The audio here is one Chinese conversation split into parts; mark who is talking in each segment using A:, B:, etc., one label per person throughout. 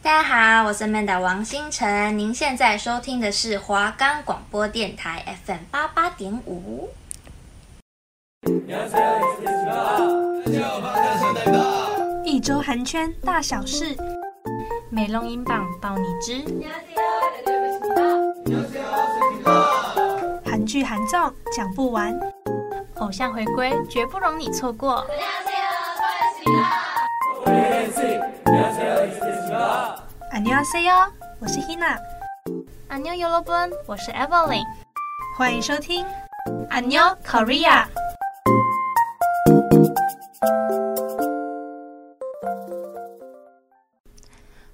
A: 大家好，我是 Manda 王星辰，您现在收听的是华冈广播电台 FM 八八点五。
B: 一周韩圈大小事，美容音榜报你知。韩剧韩综讲不完，偶像回归绝不容你错过。안녕하세요，我是 Hina，
C: 안녕여러분，我是 Evelyn。
B: 欢迎收听안녕 Korea。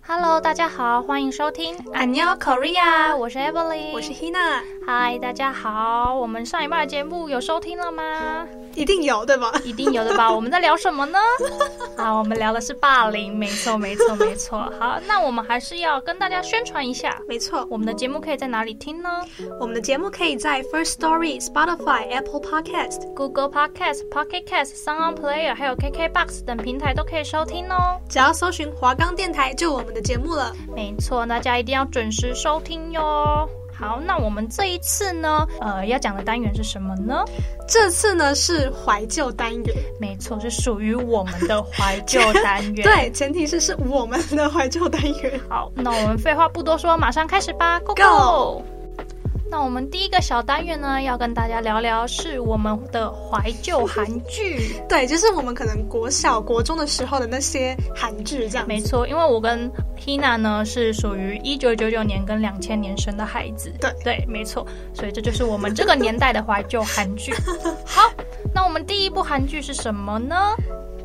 C: Hello，大家好，欢迎收听
B: 안녕 Korea，
C: 我是 Evelyn，
B: 我是 Hina，
C: 嗨，大家好，我们上一半的节目有收听了吗？
B: 一定有对吧？
C: 一定有的吧？我们在聊什么 呢？啊，我们聊的是霸凌，没错，没错，没错。好，那我们还是要跟大家宣传一下，
B: 没错，
C: 我们的节目可以在哪里听呢
B: 我们的节目可以在 First Story、Spotify、Apple Podcast，
C: ？Google Podcast、Pocket Cast、Sound On Player 还有 KKBox 等平台都可以收听哦。
B: 只要搜寻华冈电台就有我们的节目了。
C: 没错，大家一定要准时收听哟。好，那我们这一次呢，呃，要讲的单元是什么呢？
B: 这次呢是怀旧单元，
C: 没错，是属于我们的怀旧单 元。，
B: 对，前提是是我们的怀旧单元。
C: 好，那我们废话不多说，马上开始吧，Go
B: Go！
C: Go！那我们第一个小单元呢，要跟大家聊聊是我们的怀旧韩剧。
B: 对，就是我们可能国小、国中的时候的那些韩剧这样
C: 没
B: 子。
C: 错，因为我跟 Hina 呢是属于一九九九年跟两千年生的孩子，
B: 对
C: 对，没错，所以这就是我们这个年代的怀旧韩 剧。好，那我们第一部韩剧是什么呢？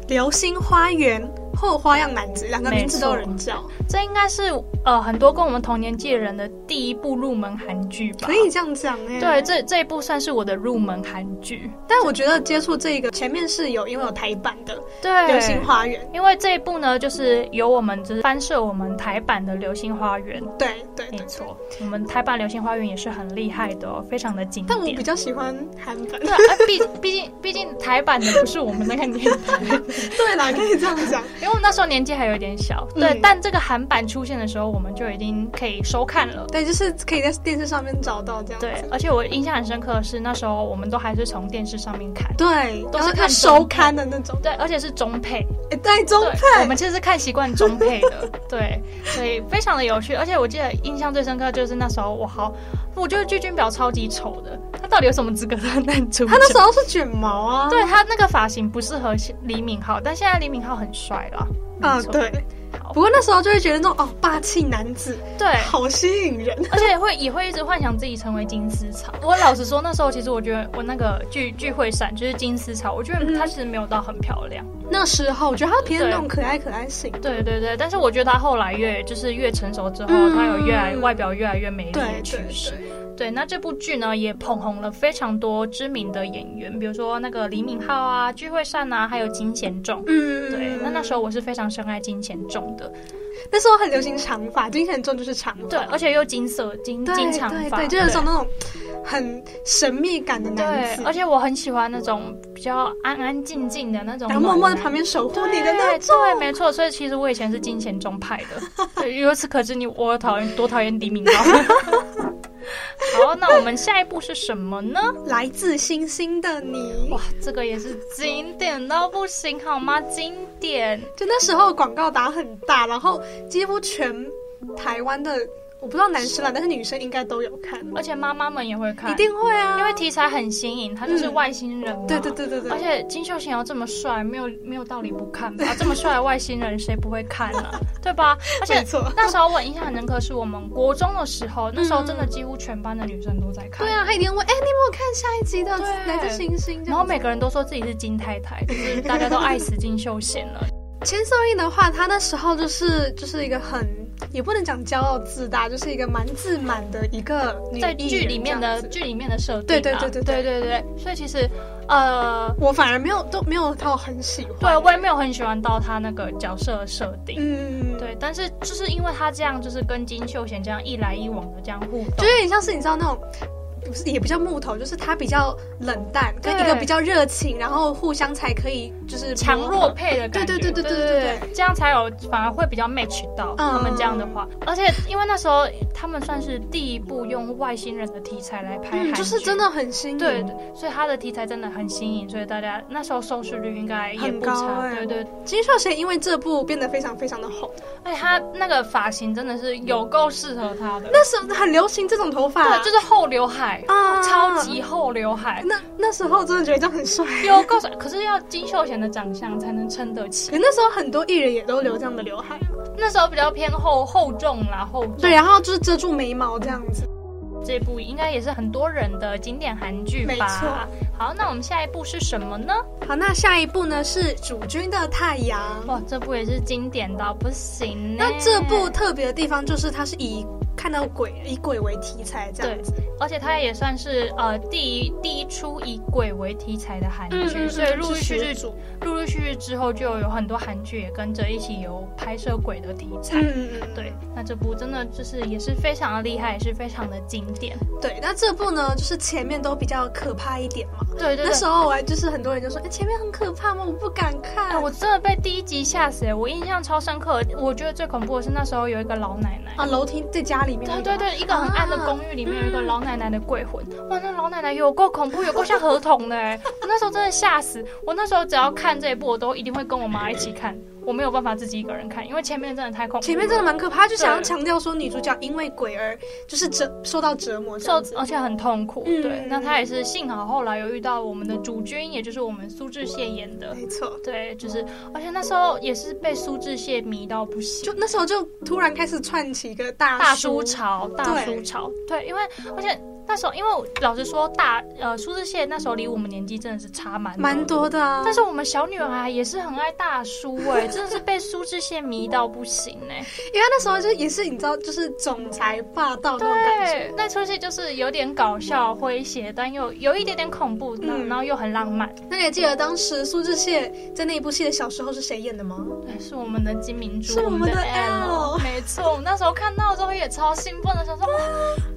B: 流星花园》或《花样男子》两个名字都有人叫，
C: 这应该是呃很多跟我们同年纪的人的第一部入门韩剧吧
B: 可。以这样讲哎、
C: 对，，这这一部算是我的入门韩剧。
B: 但我觉得接触这个前面是有因为有台版的
C: 对，
B: 《流星花园
C: 因为这一部呢，就是由我们就是翻摄我们台版的《流星花园》，》
B: 对，对
C: 没
B: 对对。
C: 错，我们台版《流星花园》也是很厉害的哦，非常的经
B: 但我比
C: 典。
B: 较喜欢韩版。
C: 对啊，毕毕竟毕竟台版的不是我们那个年代，
B: 对啦，可以这样讲。
C: 因为我们那时候年纪还有点小。
B: 嗯
C: 对，但这个韩版出现的时候，我们就已经可以收看了。
B: 对，就是可以在电视上面找到这样子。
C: 对，而且我印象很深刻的是，那时候我们都还是从电视上面看。
B: 对，
C: 都
B: 然
C: 是
B: 后
C: 看
B: 要
C: 中
B: 收
C: 配
B: 刊的那种。
C: 对，而且是中配。
B: 哎，对，中
C: 对，我
B: 配
C: 们其实是看习惯中配的，对，所以非常的有趣。而且我记得印象最深刻就是那时候我好，我觉得巨俊表超级丑的，他到底有什么资格当男主角？
B: 他那时候是卷毛啊。
C: 对他那个发型不适合李敏镐，但现在李敏镐很帅啦。
B: 啊
C: 没，错
B: 对。
C: 好哎
B: 不过那时候就会觉得那种哦，霸气男子
C: 对，
B: 好吸引人。
C: 而且会也会一直幻想自己成为金丝草。我老实说，那时候其实我觉得我那个聚聚会伞就是金丝草，我觉
B: 嗯
C: 得她其实没有到很漂亮。
B: 那时候我觉得他偏
C: 对
B: 那种可爱可爱型。
C: 对对对，但是我觉得她后来越就是越成熟之后，
B: 嗯
C: 她有越来外表越来越美丽
B: 对
C: 的趋
B: 对
C: 势。
B: 对，
C: 对，那这部剧呢也捧红了非常多知名的演员，比如说那个李敏镐啊、具惠善啊，还有金贤重。
B: 嗯
C: 对，那那时候我是非常深爱金贤重的，
B: 那时候很流行长发，金贤重就是长发。
C: 对，而且又金色金
B: 对
C: 金长
B: 对
C: 发，
B: 对，就有一种那种很神秘感的男
C: 对，
B: 子，
C: 而且我很喜欢那种比较安安静静的那种，
B: 然后默默在旁边守护你的那
C: 对
B: 种。
C: 对，没错。所以其实我以前是金钱中派 的，对，由此可知你我讨厌多讨厌李敏镐。 好，那我们下一步是什么呢？
B: 来自星星的你
C: 哇，，这个也是经典到不行，好吗？经典，
B: 就那时候广告打很大，然后几乎全台湾的，我不知道男生啦，但是女生应该都有看，
C: 而且妈妈们也会看，
B: 一定会啊，
C: 因为题材很新颖，他就是
B: 嗯
C: 外星人嘛。
B: 对对对对对，
C: 而且金秀贤要这么帅，没有没有道理不看吧？啊这么帅的外星人谁不会看呢、对 吧？而且
B: 没错
C: 那时候我印象很深刻，是我们国中的时候，那时候真的几乎全班的女生都在看。
B: 对。啊，他一定问，哎、你有没有看下一集的
C: 对
B: 来自星星？这
C: 然后
B: 样子
C: 每个人都说自己是金太 太，就是大家都爱死金秀贤了。
B: 千颂伊的话，他那时候就是就是一个很。也不能讲骄傲自大，就是一个蛮自满的一个 女
C: 在
B: 艺
C: 剧
B: 人
C: 里面
B: 这样
C: 的
B: 子
C: 剧里面的设定、啊，
B: 对对对对对
C: 对对对所以其实，呃，
B: 我反而没有都没有到很喜欢。
C: 对我也没有很喜欢到他那个角色的设定。
B: 嗯，，
C: 对，但是就是因为他这样，就是跟金秀贤这样一来一往的这样互动，
B: 就有点像是你知道那种不是也不叫木头，就是他比较冷淡，跟
C: 对
B: 一个比较热情，然后互相才可以就是
C: 强
B: 磨合
C: 弱配的感
B: 对
C: 觉，
B: 对对对对对
C: 这样才有反而会比较 match 到
B: 嗯
C: 他们这样的话，而且因为那时候他们算是第一部用外星人的题材来拍韩
B: 嗯，
C: 剧，
B: 就是真的很新颖。
C: 对，所以他的题材真的很新颖，所以大家那时候收视率应该也
B: 很
C: 不
B: 高
C: 差，
B: 哎
C: 对对对
B: 金秀贤因为这部变得非常非常的红，
C: 而且他那个发型真的是有够适合他的，
B: 那时候很流行这种头发，
C: 对，就是厚刘海，
B: 嗯啊
C: 超级厚刘海，
B: 那那时候真的觉得这样很帅。
C: 有够帅，可是要金秀贤的长相才能撑得起。
B: 可那时候很多艺人也都留这样的刘海，
C: 那时候比较偏厚厚重啦，厚重。
B: 对，然后就是遮住眉毛这样子。
C: 这部应该也是很多人的经典韩剧吧？
B: 没错
C: 好，那我们下一部是什么呢？
B: 好，那下一部呢是《主君的太阳》。
C: 哇，这部也是经典到不行呢。
B: 那这部特别的地方就是它是以看到鬼以鬼为题材这样子。
C: 而且它也算是呃第一第一出以鬼为题材的韩
B: 嗯
C: 剧，
B: 嗯嗯
C: 所以陆陆续
B: 是始
C: 续陆陆续续之后就有很多韩剧也跟着一起有拍摄鬼的题材。
B: 嗯嗯
C: 对，那这部真的就是也是非常的厉害，也是非常的经典。
B: 对，那这部呢就是前面都比较可怕一点嘛。
C: 对对
B: 那
C: 对
B: 时。候我还就是很多人就说，哎、前面很可怕吗？我不敢看。
C: 哎，我真的被第一集吓死了，我印象超深刻。我觉得最恐怖的是那时候有一个老奶奶，
B: 啊，楼梯在家里面。
C: 对对。对，一个
B: 啊
C: 很暗的公寓里面有一个
B: 嗯
C: 老奶奶的鬼魂，哇，那老奶奶有够恐怖，有够像河童 的欸，我那时候真的吓死。我那时候只要看这一部，我都一定会跟我妈一起看，我没有办法自己一个人看，因为前面真的太恐怖了。
B: 前面真的蛮可怕，就想要强调说女主角因为鬼而就是折受到折磨这
C: 受哦
B: 样子，
C: 而且很痛苦，
B: 嗯
C: 对。那她也是幸好后来有遇到我们的主君，也就是我们苏志燮演的，
B: 没错，
C: 对，就是而且那时候也是被苏志燮迷到不行
B: 就。那时候就突然开始串起一个大
C: 大
B: 叔
C: 叔潮，大叔潮，对，因为而且那时候，因为我老实说，大呃苏志燮那时候离我们年纪真的是差蛮
B: 蛮
C: 多
B: 多
C: 的。
B: 的啊。
C: 但是我们小女孩也是很爱大叔 哎、真的是被苏志燮迷到不行哎、
B: 因为他那时候就也是你知道，就是总裁霸道那种感觉。
C: 对，那出戏就是有点搞笑诙谐，但又有一点点恐怖，然后
B: 嗯
C: 然后又很浪漫。
B: 那你还记得当时苏志燮在那一部戏的小时候是谁演的吗？
C: 对，是我们的金明珠，
B: 是我
C: 我
B: 们
C: 们
B: 的 L
C: 没错，我们那时候看到之后也超兴奋的，想说哇，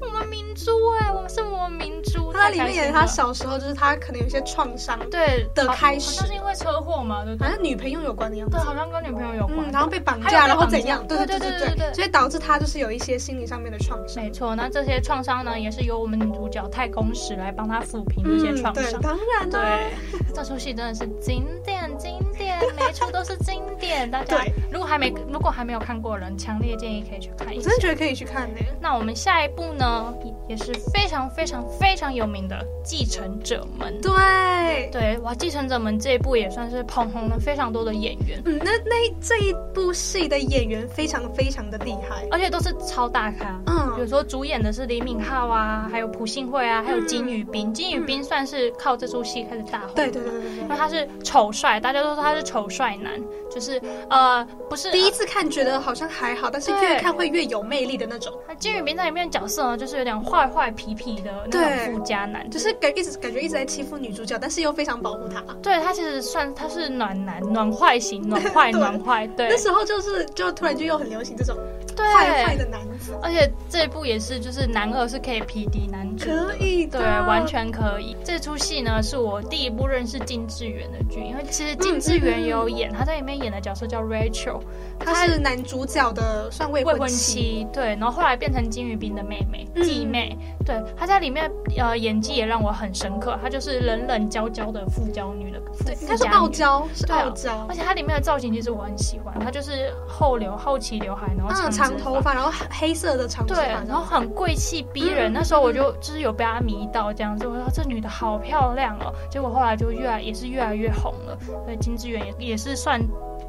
C: 我们明珠哎、我们是我们明珠。
B: 他在
C: 太
B: 里
C: 开
B: 面
C: 心
B: 演他
C: 了
B: 小时候，就是他可能有一些创伤，
C: 对
B: 的
C: 好
B: 开始
C: 好像是因为车祸嘛，对不
B: 好
C: 对？
B: 像女朋友有关的样子
C: 对，。好像跟女朋友有关。
B: 嗯，然后被绑
C: 还有
B: 架，
C: 被
B: 然后
C: 绑
B: 怎
C: 架
B: 样？对
C: 对
B: 对
C: 对
B: 对
C: 对对对
B: 所以导致他就是有一些心理上面的创伤。
C: 没错，那这些创伤呢，也是由我们女主角太空石来帮她抚平这
B: 嗯，
C: 些创
B: 对，
C: 伤。
B: 当然啦、
C: 对，这出戏真的是经典，经 典，每一出都是经典。大家
B: 对
C: 如果还没如果还没有看过的人，强烈建议可以去看一
B: 我
C: 下
B: 真。的觉得可以去看呢、
C: 那我们下一部呢，也是非常非常非常有名的《继承者们》。
B: 对，
C: 对，哇，《继承者们》这一部也算是捧红了非常多的演员，
B: 嗯，那那一这一部戏的演员非常非常的厉害。
C: 而且都是超大咖。比如
B: 嗯，
C: 说主演的是李敏镐啊，还有朴信惠啊，还有金宇彬。金宇彬算是靠这出戏开始大红。
B: 对对对对对
C: 因为他是丑帅，大家都说他是丑帅男，就是呃，不是
B: 对，第一次看觉得好像还好，但是
C: 对
B: 越看会越有魅力的那种，
C: 呃金宇彬在里面的角色呢，就是有点坏坏痞痞的那
B: 对
C: 种富家男，
B: 就是感一直感觉一直在欺负女主角，但是又非常保护她。
C: 对他其实算他是暖男、暖坏型、暖坏、
B: 对
C: 暖 坏，对
B: 那时候就是就突然就又很流行这种
C: 对，
B: 坏坏的男子，
C: 而且这部也是就是男二是可以匹敌男主的
B: 可以的
C: 对，完全可以。这出戏呢，是我第一部认识金智媛的剧，因为其实金智媛也有
B: 嗯
C: 演，她在里面演的角色叫 Rachel，
B: 他是男主角的算未
C: 未婚
B: 妻，
C: 妻，对，然后后来变成金宇彬的妹妹、
B: 嗯
C: 继妹，对，她在里面呃演技也让我很深刻，她就是冷冷娇娇的富娇女的，
B: 对，
C: 富
B: 应该是
C: 家
B: 傲
C: 女
B: 娇，是
C: 对啊
B: 傲娇
C: 而，且她里面的造型其实我很喜欢，她就是后留后期刘海，然后
B: 嗯，
C: 长
B: 长
C: 直
B: 头
C: 发
B: 发，然后黑色的长头
C: 对，
B: 发，然
C: 然后
B: 后
C: 很贵气逼人。
B: 嗯
C: 那时候我就就是有被她迷到这样子，我说这女的好漂亮哦。结果后来就越来也是越来越红了，所以金智媛也也是算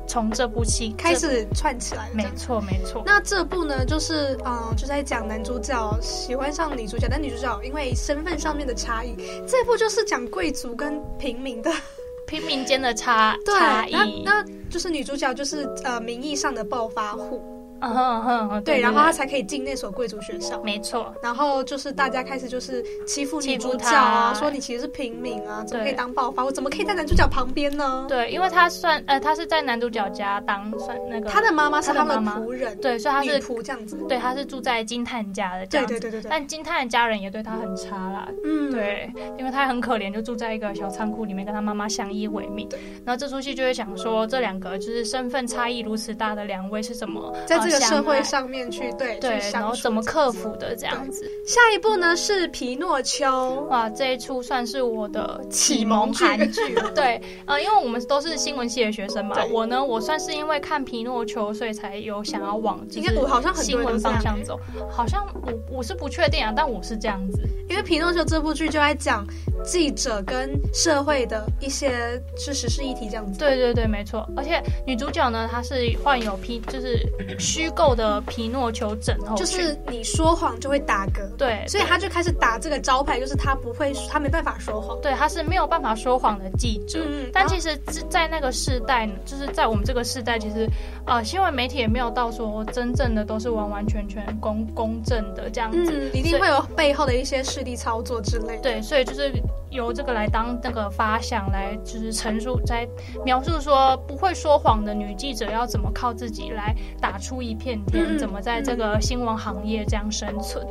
C: 从这部戏
B: 开，
C: 这
B: 始串起来了。这
C: 没
B: 样
C: 错没错，
B: 那这部呢，就是呃，就在讲男主角喜欢上女主角，但女主角因为身份上面的差异，这部就是讲贵族跟平民的
C: 平民间的差
B: 对
C: 差，
B: 那
C: 异。
B: 那就是女主角就是呃名义上的暴发户，
C: 嗯哼嗯哼嗯哼，
B: 对，然后他才可以进那所贵族学校。
C: 没错，
B: 然后就是大家开始就是欺负
C: 欺
B: 女
C: 负
B: 主角啊，
C: 她
B: 说你其实是平民啊，怎么可以
C: 对
B: 当暴发户？怎么可以在男主角旁边呢？
C: 对，因为他算呃，他是在男主角家当算那个
B: 他的妈妈是
C: 他的
B: 他的
C: 妈妈
B: 仆人，
C: 对，所以他
B: 女
C: 是
B: 仆这样子。
C: 对，他是住在金叹家的
B: 对
C: 这样子。
B: 对对对对，
C: 但金叹的家人也对他很差啦，
B: 嗯，
C: 对，因为他很可怜，就住在一个小仓库里面，跟他妈妈相依为命
B: 对。
C: 然后这出戏就会想说，这两个就是身份差异如此大的两位是怎么
B: 在这个
C: 呃相
B: 社会
C: 爱
B: 上面去对
C: 对
B: 去，相
C: 然后
B: 处
C: 怎么
B: 这样
C: 克
B: 子
C: 服的这样子。
B: 下一步呢是皮诺丘，
C: 哇，这一出算是我的
B: 启
C: 哦启
B: 蒙
C: 蒙
B: 剧
C: 韩 剧。对，呃，因为我们都是新闻系的学生嘛
B: 对，
C: 我呢，我算是因为看《皮诺丘》，所以才有想要往就
B: 应该我哦
C: 是
B: 好像很多
C: 新
B: 人都
C: 闻
B: 这样
C: 方向走。好像我我是不确定啊，但我是这样子。
B: 因为《皮诺丘》这部剧就在讲记者跟社会的一些是时事议题这样子。
C: 对对对，没错。而且女主角呢，她是患有皮，就是虚构的皮诺丘症候
B: 就
C: 群，
B: 是你说谎就会打嗝，
C: 哦对，
B: 所以他就开始打这个招牌，就是他不会，他没办法说谎。
C: 对，她是没有办法说谎的记者。
B: 嗯
C: 但其实是在那个世代，就是在我们这个世代，其实呃，新闻媒体也没有到说真正的都是完完全全公公正的这样子。
B: 嗯，一定会有背后的一些势力操作之类的。
C: 对，所以就是由这个来当那个发想，来就是陈述，在描述说不会说谎的女记者要怎么靠自己来打出一片天，
B: 嗯
C: 怎么在这个新闻行业这样生存。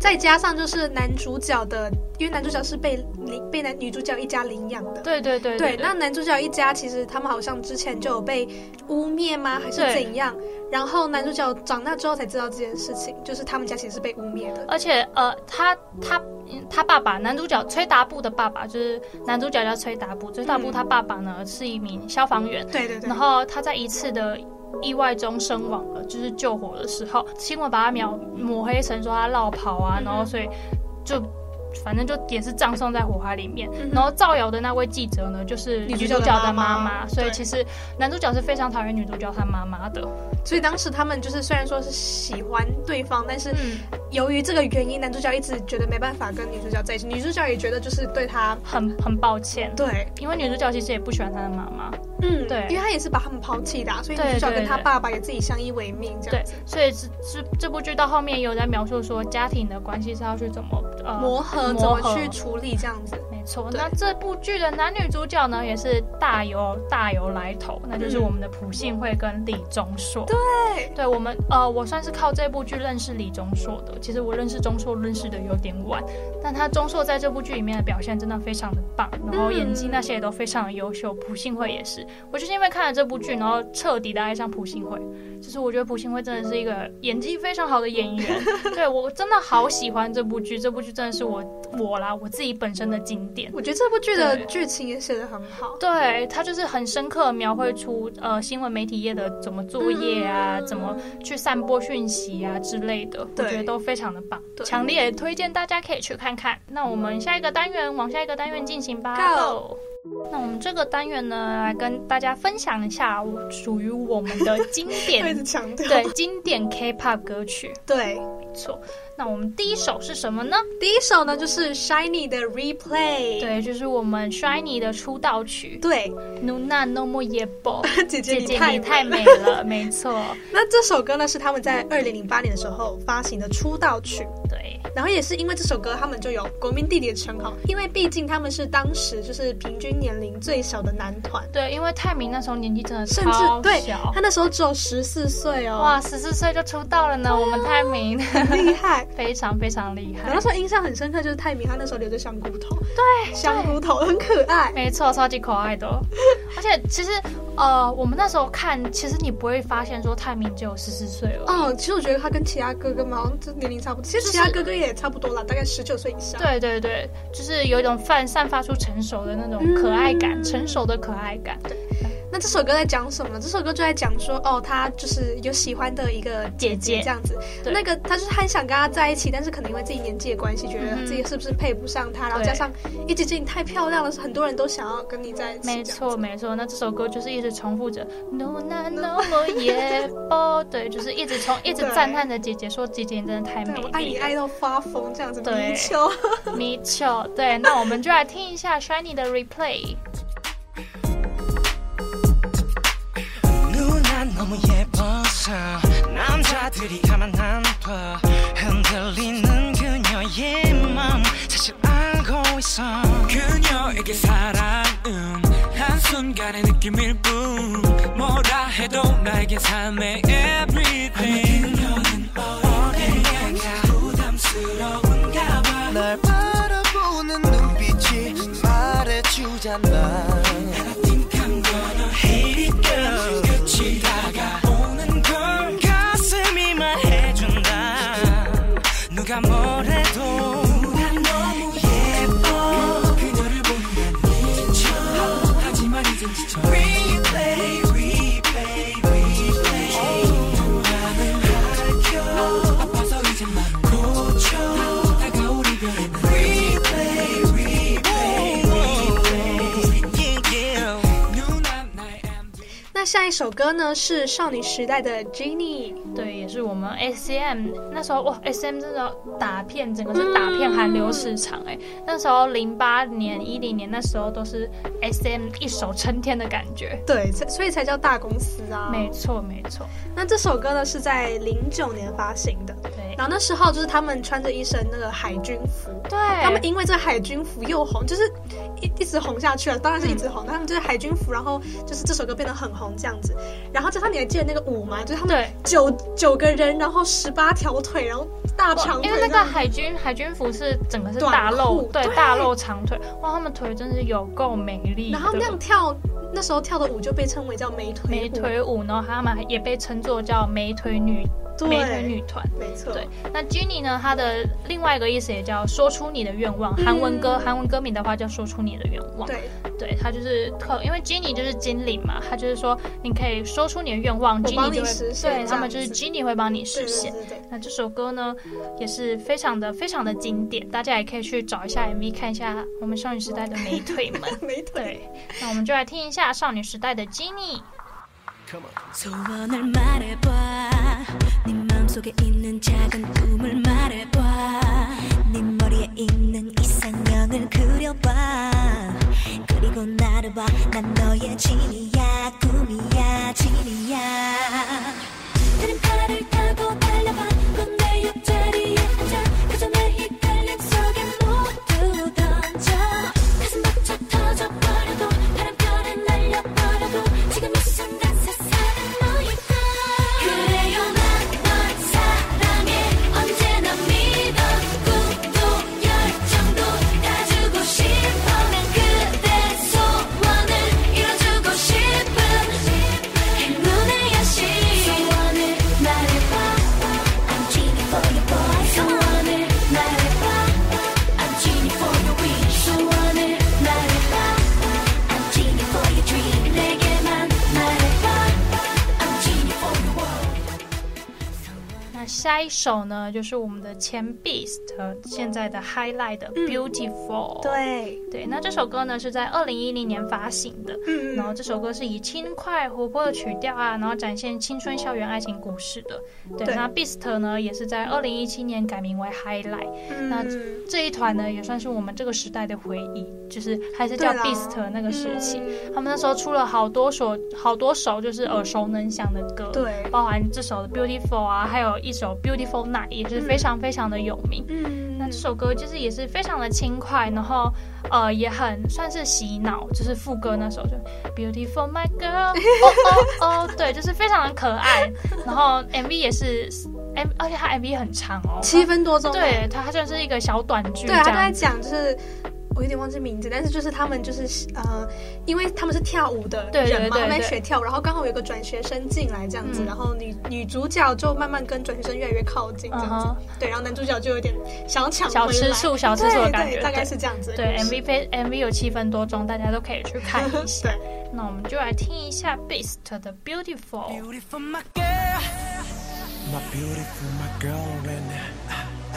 B: 再加上就是男主角的，因为男主角是被领被男女主角一家领养的。
C: 对对对
B: 对，那男主角一家其实他们好像之前就有被污蔑吗，还是
C: 对
B: 怎样？然后男主角长大之后才知道这件事情，就是他们家其实是被污蔑的。
C: 而且呃，他他嗯他爸爸，男主角崔达布的爸爸就是男主角叫崔达布，崔达布
B: 嗯
C: 他爸爸呢是一名消防员，
B: 对对对
C: 然，后他在一次的意外中身亡了，就是救火的时候，新闻把他描抹黑成说他落跑啊，
B: 嗯哼
C: 然后所以就反正就也是葬送在火海里面。
B: 嗯哼
C: 然后造谣的那位记者呢，就是
B: 女
C: 女
B: 主角
C: 主角
B: 的
C: 的
B: 妈
C: 妈
B: 妈
C: 妈，所以
B: 对
C: 其实男主角是非常讨厌女主角她妈妈的。
B: 所以当时他们就是虽然说是喜欢对方，但是
C: 嗯，
B: 由于这个原因，男主角一直觉得没办法跟女主角在一起，女主角也觉得就是对他，
C: 很很抱歉，
B: 对，
C: 因为女主角其实也不喜欢她的妈妈。
B: 嗯，
C: 对
B: 因为他也是把他们抛弃的啊、所以
C: 对
B: 女主角跟他
C: 对对
B: 爸爸也自己相依为命这
C: 对
B: 样子，
C: 所以这这这部剧到后面也有在描述说家庭的关系是要去怎么呃
B: 磨合
C: 磨
B: 怎么
C: 合
B: 去处理这样子。
C: 没错，
B: 对
C: 那这部剧的男女主角呢，也是大有大有来头，那就是
B: 嗯
C: 我们的朴信惠跟李钟硕。
B: 对，
C: 对我们，呃，我算是靠这部剧认识李钟硕的。其实我认识钟硕认识的有点晚，但他钟硕在这部剧里面的表现真的非常的棒，
B: 嗯
C: 然后演技那些也都非常的优秀。朴信惠也是，我就是因为看了这部剧，然后彻底的爱上朴信惠。就是我觉得朴信惠真的是一个演技非常好的演员，对我真的好喜欢这部剧，这部剧真的是我我啦我自己本身的经典。
B: 我觉得这部剧的
C: 对
B: 剧情也写得很好。
C: 对他就是很深刻地描绘出呃新闻媒体业的怎么作业啊，
B: 嗯
C: 怎么去散播讯息啊之类的，我
B: 对
C: 觉得都非常的棒
B: 对，
C: 强烈推荐大家可以去看看。那我们下一个单元往下一个单元进行吧。
B: Go
C: 那我们这个单元呢，来跟大家分享一下我属于我们的经
B: 我 一
C: 典
B: 直强调，
C: 对经典 K-pop 歌曲，
B: 对，
C: 没错。那我们第一首是什么呢？
B: 第一首呢就是 Shiny 的 Replay，
C: 对，就是我们 Shiny 的出道曲
B: 对，
C: 《Nuna No More Yebo》。
B: 姐姐
C: 姐
B: 你
C: 姐
B: 太
C: 你太美了，没错，
B: 那这首歌呢是他们在二零零八年的时候发行的出道曲，
C: 对，
B: 然后也是因为这首歌，他们就有国民弟弟的称号，因为毕竟他们是当时就是平均年龄最小的男团，
C: 对，因为泰明那时候年纪真的
B: 甚至
C: 超
B: 对
C: 小
B: 他，那时候只有十四岁哦，
C: 哦哇，十四岁就出道了呢，我们泰明
B: 很厉害。
C: 非常非常厉
B: 啊然后
C: 害
B: 那，时候印象很深刻，就是泰明他那时候留着香菇头，对，香菇头很可爱，
C: 没错，超级可爱的，哦而且其实呃，我们那时候看，其实你不会发现说泰明只有十四岁了。
B: 哦，其实我觉得他跟其他哥哥们好像这年龄差不多，其实
C: 就是
B: 其他哥哥也差不多啦，大概十九岁以上。，
C: 对对对，就是有一种散散发出成熟的那种
B: 嗯
C: 可爱感，成熟的可爱感。
B: 那这首歌在讲什么呢？这首歌就在讲说，哦，他就是有喜欢的一个姐
C: 姐姐
B: 这样子。
C: 对
B: 那个他就是很想跟他在一起，但是可能因为自己年纪的关系，觉得
C: 嗯
B: 自己是不是配不上他，然后
C: 对
B: 加上一姐姐你太漂亮了，很多人都想要跟你在一起。
C: 没
B: 这样
C: 错，没错。那这首歌就是一直重复着 “no na no mo ye bo”，对，就是一直从一直
B: 对
C: 赞叹着姐姐说：“姐姐你真的太美
B: 对我爱你
C: 丽了。
B: 爱到发疯这样子，
C: 对
B: 迷秋。”
C: 没错，对。那我们就来听一下 Shiny 的 Replay。
D: 누나 너무 예뻐서 남자 들이다만 안 돼 흔들리는 그녀의 맘 사실 알고 있어
E: 그녀에게 사랑은 한순간의 느낌일 뿐 뭐라 해도 나에게 삶의 everything 그녀는 어딜 향해 부담스러운가 봐
F: 날 바라보는 눈빛이 말해주잖아
E: 띵한 거는 hate it girl 그치다가 오는 걸
D: 가슴이 말해준다 누가 뭐래도
E: 난 너무 예뻐 그녀를 보면 미쳐 하지만 이젠 지쳐
D: replay replay replay
E: 아파서 이젠 맘 고쳐 다가올 이별에
D: replay replay yeah yeah
E: 누나 나의 MV
B: 那下一首歌呢是少女时代的 Jennie，
C: 对，也是我们 S C M 那时候哇，S M 真的打遍整个是打遍韩流市场哎、那时候零八年、一零年那时候都是 S M 一手撑天的感觉。
B: 对，才所以才叫大公司啊。
C: 没错，没错，
B: 那这首歌呢是在零九年发行的，
C: 对
B: 然后那时候就是他们穿着一身那个海军服，
C: 对，
B: 他们因为这海军服又红，就是一一直红下去了，当然是一直红。但他们就是海军服，然后就是这首歌变得很红这样子。然后加上你还记得那个舞吗？就是他们
C: 对
B: 九九个人，然后十八条腿，然后大长腿
C: 哦因
B: 这样
C: 为
B: 子，
C: 那个海军海军服是整个是
B: 短
C: 大露
B: 裤，
C: 对
B: 对
C: 大露长腿，哇，他们腿真是有够美丽的。
B: 然后那样跳，那时候跳的舞就被称为叫美腿舞
C: 美，腿舞，然后他们也被称作叫美腿女
B: 对
C: 美腿女团。
B: 没错，
C: 对，那 Jenny 呢？她的另外一个意思也叫“说出你的愿望”，韩文歌韩文歌名的话叫“说出你的愿望”。
B: 嗯对
C: 对，她就是特，因为 Jenny 就是精灵嘛，她就是说你可以说出你的愿望
B: 我帮
C: ，Jenny
B: 你
C: 就会
B: 实现这
C: 对
B: 样
C: 他们就是
B: 子
C: Jenny 会帮你
B: 对
C: 实
B: 对
C: 现。
B: 对对。
C: 那这首歌呢，也是非常的非常的经典，大家也可以去找一下 MV 看一下我们少女时代的美腿们。
B: 美腿，
C: 对，那我们就来听一下少女时代的 Jenny。
G: 소원을 말해봐 네 마음속에 있는 작은 꿈을 말해봐 네 머리에 있는 이상형을 그려봐 그리고 나를 봐난 너의 진이야 꿈이야 진이야 다른 팔을 타고 달려봐 꼭 내 옆자리에 앉아 그저 내 휘갈림 속에 모두 던져 가슴 벅차 터져버려도 바람결에 날려버려도 지금 이 순간 세상은 너니까 그래요 난 널 사랑해 언제나 믿어 꿈도 열정도 가지고 싶어 난 그대 소원을 이뤄주고 싶은 행운의 여신 소원을 말해봐 I'm dreaming for your boy 소원을 말해봐 I'm dreaming for your wish 소원을 말해봐 I'm dreaming for your dream 내게만 말해봐 I'm dreaming for your world
C: 那下一首呢，就是我们的前 Beast 和现在的 Highlight 的 Beautiful。
B: 对，
C: 对，那这首歌呢是在二零一零年发行的，
B: 嗯
C: 然后这首歌是以轻快活泼的曲调啊，然后展现青春校园爱情故事的。对，
B: 对
C: 那 Beast 呢也是在二零一七年改名为 Highlight，
B: 嗯
C: 那这一团呢也算是我们这个时代的回忆，就是还是叫
B: 对啦
C: Beast 那个时期。
B: 嗯
C: 他们那时候出了好多首好多首就是耳熟能详的歌，
B: 对
C: 包含这首的 Beautiful 啊，还有一首 Beautiful Night，也是非常非常的有名。
B: 嗯，
C: 那这首歌就是也是非常的轻快，然后呃也很算是洗脑，就是副歌那首就 Beautiful My Girl，哦哦哦，对，就是非常的可爱。然后 MV 也是 M，而且它 MV 很长哦，
B: 七分多钟，
C: 对它它算是一个小短剧
B: 对啊，
C: 这
B: 他在
C: 样
B: 讲
C: 子。
B: 就是。我有点忘记名字，但是就是他们就是呃，因为他们是跳舞的
C: 对对
B: 人嘛，
C: 对
B: 他们在
C: 对
B: 学跳舞，然后刚好有个转学生进来这样子，
C: 嗯
B: 然后女女主角就慢慢跟转学生越来越靠近这样子
C: 嗯哼
B: 对，然后男主角就有点想抢
C: 小
B: 回
C: 吃
B: 来
C: 醋小吃醋的
B: 对
C: 感
B: 对
C: 觉
B: 大概
C: 对
B: 是这样子的
C: 对
B: 故事。。
C: MV 非 MV 有七分多钟，大家都可以去看一下
B: 对，
C: 那我们就来听一下 Beast 的 Beautiful。
D: beautiful my girl
H: My beautiful, my girl, and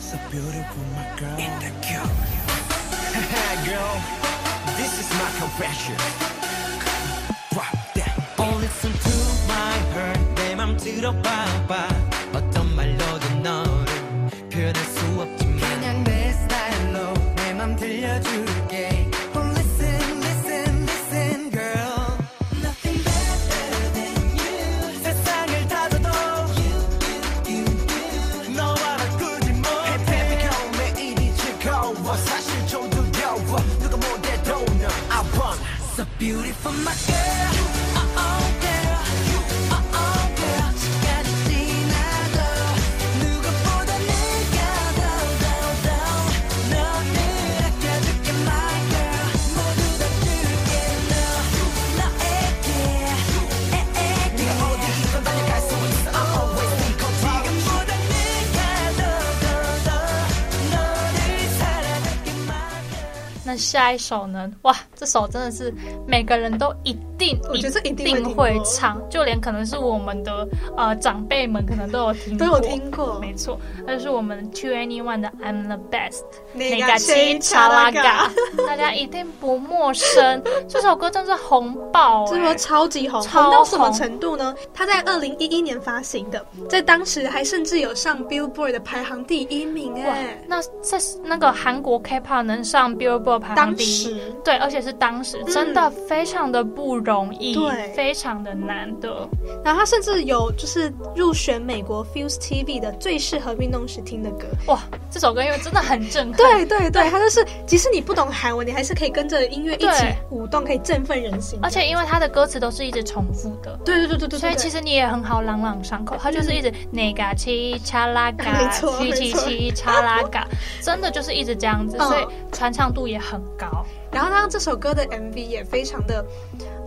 H: so beautiful, my girl.
D: in the queue
H: girl, this is my confession. Drop that.
D: Oh listen to my heart 내맘 들어봐봐 어떤 말로든 너를 표현할 수 없지만 그냥 내 스타일로 내 맘 들려줄게 Oh listen listen listen girl Nothing better than you 세상을 다져도 You
F: my girl. Oh, oh, girl. Oh, oh, girl. 시간이 지나도 누구보다 네가 더, 더, 더 너를 아껴줄게, my girl. 모두 다 줄게, 너. 너에게. 에에게. 지금보다 네가 더, 더, 더 너를 사랑할게, my girl.
C: 那下一首呢？哇，这首真的是每个人都一定
B: 我觉得这一定会听过
C: 会唱，就连可能是我们的呃长辈们可能都有听
B: 嗯都
C: 过，
B: 有听过。
C: 没错，那就是我们 To Anyone 的 I'm the Best，
B: 那
C: 个
B: 个
C: 七
B: 七查
C: 查拉
B: 拉
C: 嘎
B: 嘎，
C: 大家一定不陌生。这首歌真是红 爆、
B: 这首
C: 欸，
B: 超级红，
C: 超
B: 红到什么
C: 红
B: 程度呢？它在二零一一年发行的，在当时还甚至有上 Billboard 的排行第一名
C: 哇
B: 哎！
C: 那在那个韩国 K-pop 能上 Billboard 排行
B: 当
C: 第一，
B: 时嗯
C: 对，而且是当时，真的非常的不容易，
B: 对
C: 非常的难得。
B: 然后他甚至有就是入选美国 Fuse TV 的最适合运动时听的歌。
C: 哇，这首歌因为真的很震撼，
B: 对对对，他就是即使你不懂韩文，你还是可以跟着音乐一起
C: 对
B: 舞动，可以振奋人心。
C: 而且因为它的歌词都是一直重复的。
B: 对对对对对，
C: 所以其
B: 实
C: 实你也很好朗朗上口，它就是一直那个七恰拉嘎，
B: 没错
C: 七七
B: 没错
C: 七恰拉嘎，真的就是一直 这样子，
B: 嗯
C: 所以传唱度也很高。
B: 然后他这首歌的 MV 也非常的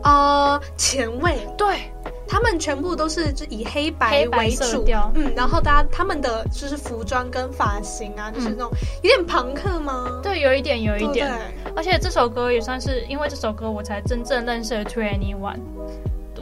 B: 呃前卫，
C: 对，
B: 他们全部都是就以黑白
C: 黑白
B: 为
C: 色
B: 主
C: 调，
B: 嗯，然后大家他们的就是服装跟发型啊，就是那种有点朋克吗？
C: 嗯对，有一点，有一
B: 不
C: 点。而且这首歌也算是因为这首歌，我才真正认识了 To Anyone。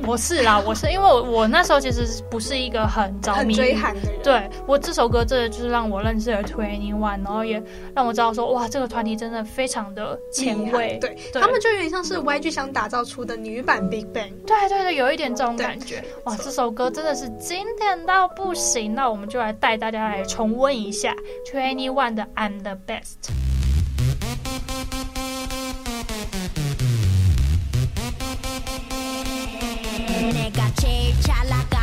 C: 我是啦， 我是因为我我那时候其实不是一个很着
B: 很
C: 迷于
B: 追韩的人。
C: 对我这首歌，真的就是让我认识了 Twenty One，然后也让我知道说，哇，这个团体真的非常的前卫。
B: 对
C: 对
B: 他们就有点像是 YG 想打造出的女版 Big Bang，
C: 对对对，有一点这种
B: 对
C: 感觉。哇，这首歌真的是经典到不行，啊那我们就来带大家来重温一下 Twenty One 的 I'm the Best。
G: 내가 제일 잘 나가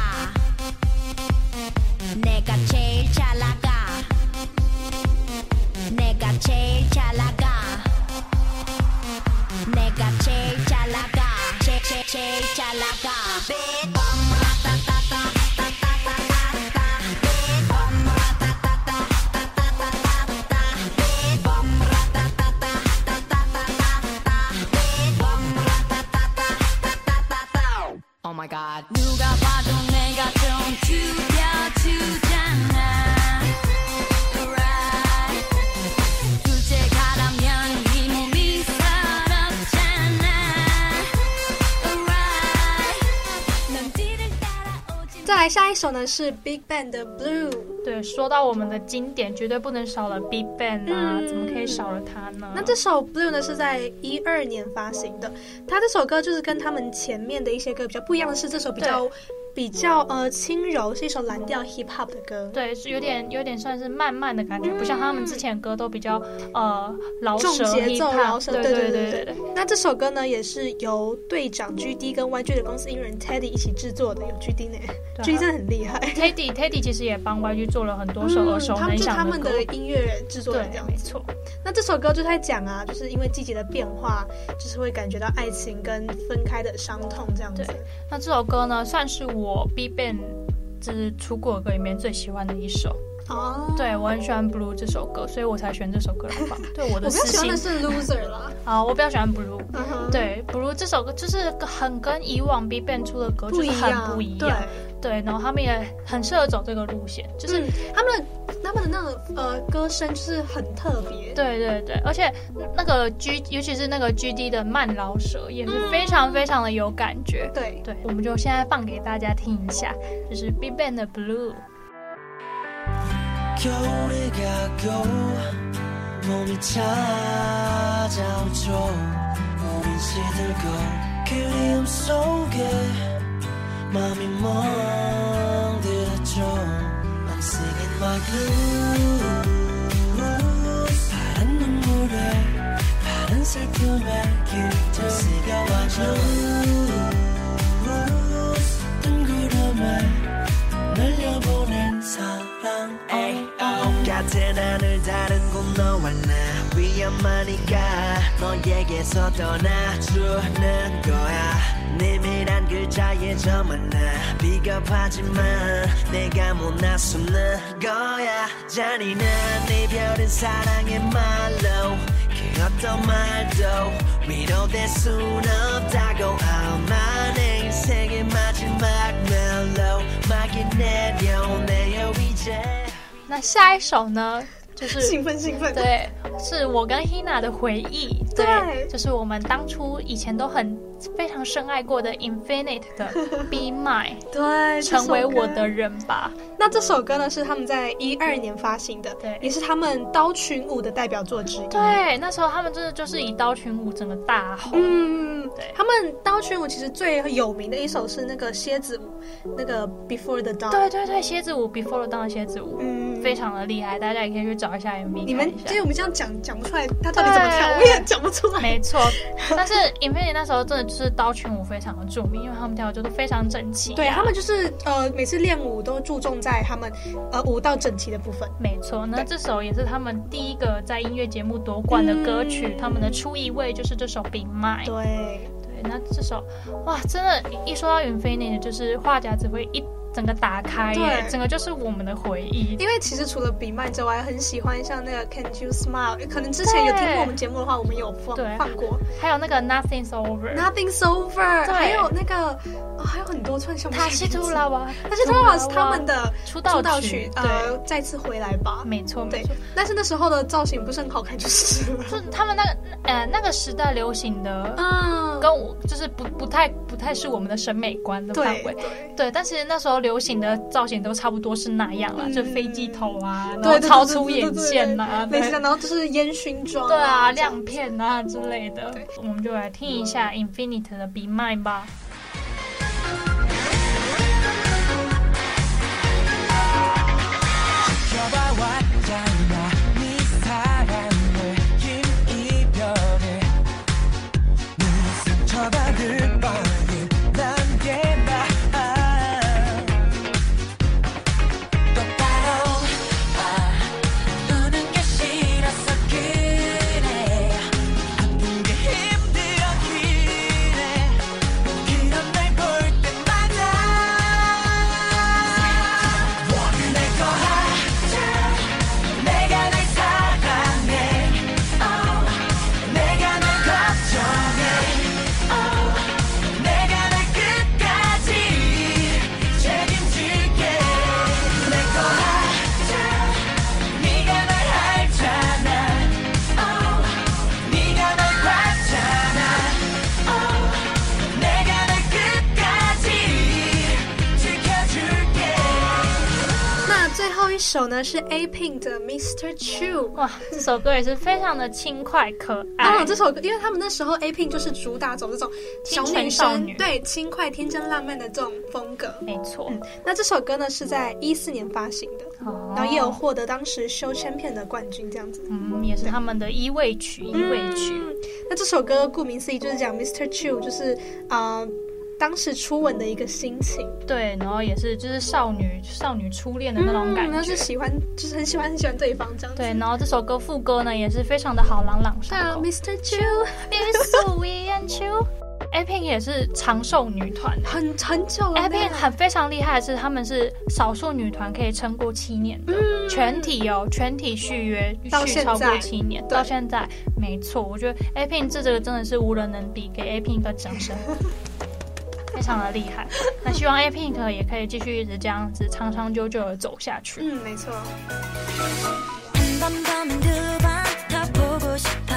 G: 내가 제일 잘 나가 내가 제일 잘 나가 내가 제일 잘 나가 제- 제- 제일 잘 나가
I: Oh my god 누가 봐도 내가 좀 죽여주잖아 Right 둘째 가라면 이 몸이 사납잖아 Right 넌 뒤를 따라오지
B: 再来下一首呢是 Big Bang 的 Blue，
C: 对，说到我们的经典，绝对不能少了 Big Bang 啊，
B: 嗯
C: 怎么可以少了它呢？
B: 那这首 Blue 呢是在一二年发行的，它这首歌就是跟他们前面的一些歌比较不一样的是，这首比较比较呃轻柔，是一首蓝调 hip hop 的歌。
C: 对，是有点有点算是慢慢的感觉，不像他们之前的歌都比较呃饶
B: 重
C: 舌
B: 节奏
C: hip-hop
B: 饶舌
C: 对
B: 对对
C: 对
B: 对
C: 对
B: 对
C: 对。
B: 那这首歌呢，也是由队长 GD 跟 YG 的公司音乐人 Teddy 一起制作的，有 GD 呢、
C: 对啊
B: g d 真的很厉害。
C: Teddy Teddy 其实也帮 YG 做了很多首耳熟
B: 嗯他
C: 能
B: 们就是他
C: 详
B: 们
C: 歌，
B: 的音乐人制作人这
C: 对，
B: 样
C: 没
B: 子。
C: 错，
B: 那这首歌就在讲啊，就是因为季节的变化，就是会感觉到爱情跟分开的伤痛这样子。
C: 对那这首歌呢，算是我 B Ban 就是出过的歌里面最喜欢的一首。
B: 哦，
C: 对我很喜欢 Blue 这首歌，所以我才选这首歌来放。对 我
B: 我
C: 的
B: 比较喜
C: 私
B: 欢
C: 心
B: 的是 Loser 啦。
C: 啊，我比较喜欢 Blue。
B: 嗯哼，
C: 对，Blue 这首歌就是很跟以往 B Ban 出的歌就
B: 不
C: 是
B: 一
C: 很
B: 样，
C: 不一
B: 对
C: 样，，对，然后他们也很适合走这个路线，就
B: 就是
C: 是
B: 他们的嗯他们的那种呃歌声就是很特别。
C: 对对对，而且那个 G，尤其是那个 G D 的慢饶舌，也是非常非常的有感觉。
B: 对，
C: 对，我们就现在放给大家听一下，就是 Big Bang 的 Blue。
F: 겨울이 가고 봄이 찾아오죠 우린 시들고 그리움 속에 마음이 멍들었죠 I'm singing my blues 파란 눈물에 파란 슬픔에 길들 지겨워져 뜬 구름에 oh. 날려보낸 사랑 같은 하늘 다른 곳 너와 나 위에 오랜만이니까 너에게서 떠나주는 거야 내밀한 글자에 저만 나 비겁하지만 내가 못 나서는 거야 잔인한 이별은 사랑의 말로 그 어떤 말도 위로될 순 없다고 알만의 인생의 마지막 멜로 막이 내려오네요 이제
C: 那下一首呢，就是
B: 兴奋兴奋，
C: 对，是我跟 Hina 的回忆。对，
B: 对
C: 就是我们当初以前都很非常深爱过的 Infinite 的 Be Mine，
B: 对，
C: 成为我
B: 的。
C: 的人吧。
B: 那这首歌呢，是他们在一二年发行的，
C: 对
B: 也是他们刀群舞的代表作之一。
C: 对，那时候他们真的就是以刀群舞整个大红。
B: 嗯，
C: 对
B: 他们刀群舞其实最有名的一首是那个蝎子舞，那个 Before the Dawn。
C: 对，对对，蝎子舞 Before the Dawn 的蝎子舞、
B: 嗯，
C: 非。常的厉害，大家也可以去找一下 MV
B: 你
C: 看
B: 们
C: 一下
B: 就是。我们这样讲讲不出来，他到底怎么跳，我也讲不出来。
C: 没错，但是 Infinite 那时候真的就是刀群舞非常的著名，因为他们跳的就是非常整齐、
B: 对他们就是呃，每次练舞都注重在他们呃舞蹈整齐的部分。
C: 没错，那
B: 对
C: 这首也是他们第一个在音乐节目夺冠的歌曲，
B: 嗯
C: 他们的出一位就是这首《Be Mine》。
B: 对，
C: 对，那这首哇，真的，一说到云飞呢，就是话匣子会一整个打开耶，
B: 对
C: 整个就是我们的回忆。
B: 因为其实除了 Be Mine 之外，很喜欢像那个 Can You Smile，可能之前有听
C: 对
B: 过我们节目的话，我们有放
C: 对
B: 放过。
C: 还有那个 Nothing's Over，
B: Nothing's over，
C: 对
B: 还有那个、哦，还有很多串项目。
C: 塔西图拉瓦，
B: 他是 t o r a 是他们的
C: 出道曲
B: 曲，
C: 对
B: 呃，再次回来吧。
C: 没错没
B: 对
C: 错，，
B: 但是那时候的造型不是很好看，就是了。
C: 就是他们那个呃那个时代流行的。
B: 嗯，
C: 跟我就是不不太不太是我们的审美观的范
B: 对
C: 围，
B: 对
C: 对，但其实那时候流行的造型都差不多是那样啦，
B: 嗯
C: 就飞机头啊，然后
B: 对，
C: 超出眼线呐，
B: 类
C: 对
B: 似的，然后就是烟熏妆，
C: 对啊，
B: 这样
C: 亮片啊之类的。我们就来听一下 Infinite 的 Be Mine 吧。
E: 지켜봐왔잖아 네 사랑을 긴 이별을 무슨 처받을 바를 남겨봐 똑바로 봐 우는 게 싫어서 그래 아픈 게 힘들어 그래 그런 날 볼 때마다 내거 하자 내가 날 사랑해 oh. 내가 날 걱정해 oh. 내가 날 끝까지 책임질게 내거 하자 네가 날 알잖아 oh. 네가 날 봤잖아 oh. 내가 날 끝까지 지켜줄게
B: 那最后一首呢是 A Pink 的 Mr. Chu。
C: 哇，这首歌也是非常的轻快可
B: 当
C: 爱
B: 然，。这首歌，因为他们那时候 A Pink 就是主打走这种小
C: 清纯
B: 女
C: 少
B: 生
C: 女
B: 对轻快、天真、浪漫的这种风格。
C: 没错，
B: 那这首歌呢是在一四年发行的，
C: 哦
B: 然后也有获得当时 Show Champion 的冠军，这样子。
C: 嗯，也是他们的一位曲，一位曲。
B: 嗯那这首歌顾名思义就是讲 Mr. Chu，就是啊、呃当时初吻的一个心情，
C: 对，然后也是就是少女少女初恋的那种感
B: 嗯那是。
C: 觉
B: 喜欢，就是很喜欢很喜欢对方这样子。
C: 对，然后这首歌副歌呢也是非常的好朗朗
B: 对
C: 上
B: 啊
C: 口。
B: ，Mr. Chu
C: It's we and you。A Pink 也是长寿女团。
B: 很很久了呢
C: A Pink 很非常厉害的是，他们是少数女团可以撑过七年的，全体哦，全体续约
B: 嗯到
C: 续
B: 现
C: 超
B: 在
C: 过七年，
B: 对
C: 到现在没错，我觉得 A Pink 这这个真的是无人能比，给 A Pink 一个掌声。非常的厉害，那希望 A Pink 也可以继续一直这样子长长久久的走下去。
B: 嗯，没错。
I: 한 번 두 번 더 보고 싶어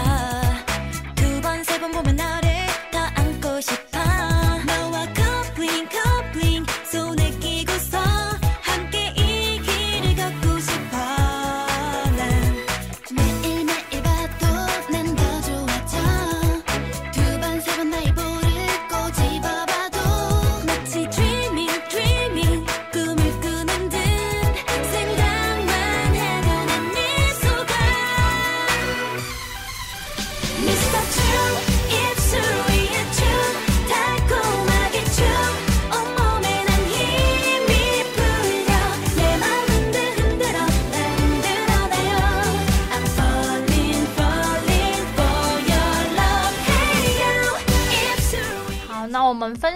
I: 두 번 세 번 보면 너를 더 안고 싶어 너와 커플링 커플링 손에 끼고서 함께 이 길을 걷고 싶어 난 매일매일 봐도 난 더 좋아져 두 번 세 번 나의 볼을 꼬집어봐도 마치 dreaming dreaming 꿈을 꾸는 듯 생각만 해도 난 네 속아
G: Oh,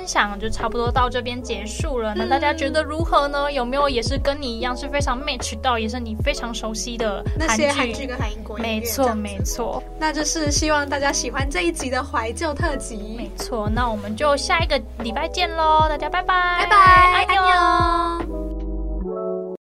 C: 享就差不多到这边结束了。那
B: 嗯
C: 大家觉得如何呢？有没有也是跟你一样是非常 match 到，也是你非常熟悉的
B: 那
C: 韩
B: 些韩剧跟韩国音乐
C: 没
B: 这
C: 错，
B: 样子
C: 没错，
B: 那就是希望大家喜欢这一集的怀旧特辑
C: 没。错。那我们就下一个礼拜见喽，大家拜拜，
B: 拜拜
C: 安妞。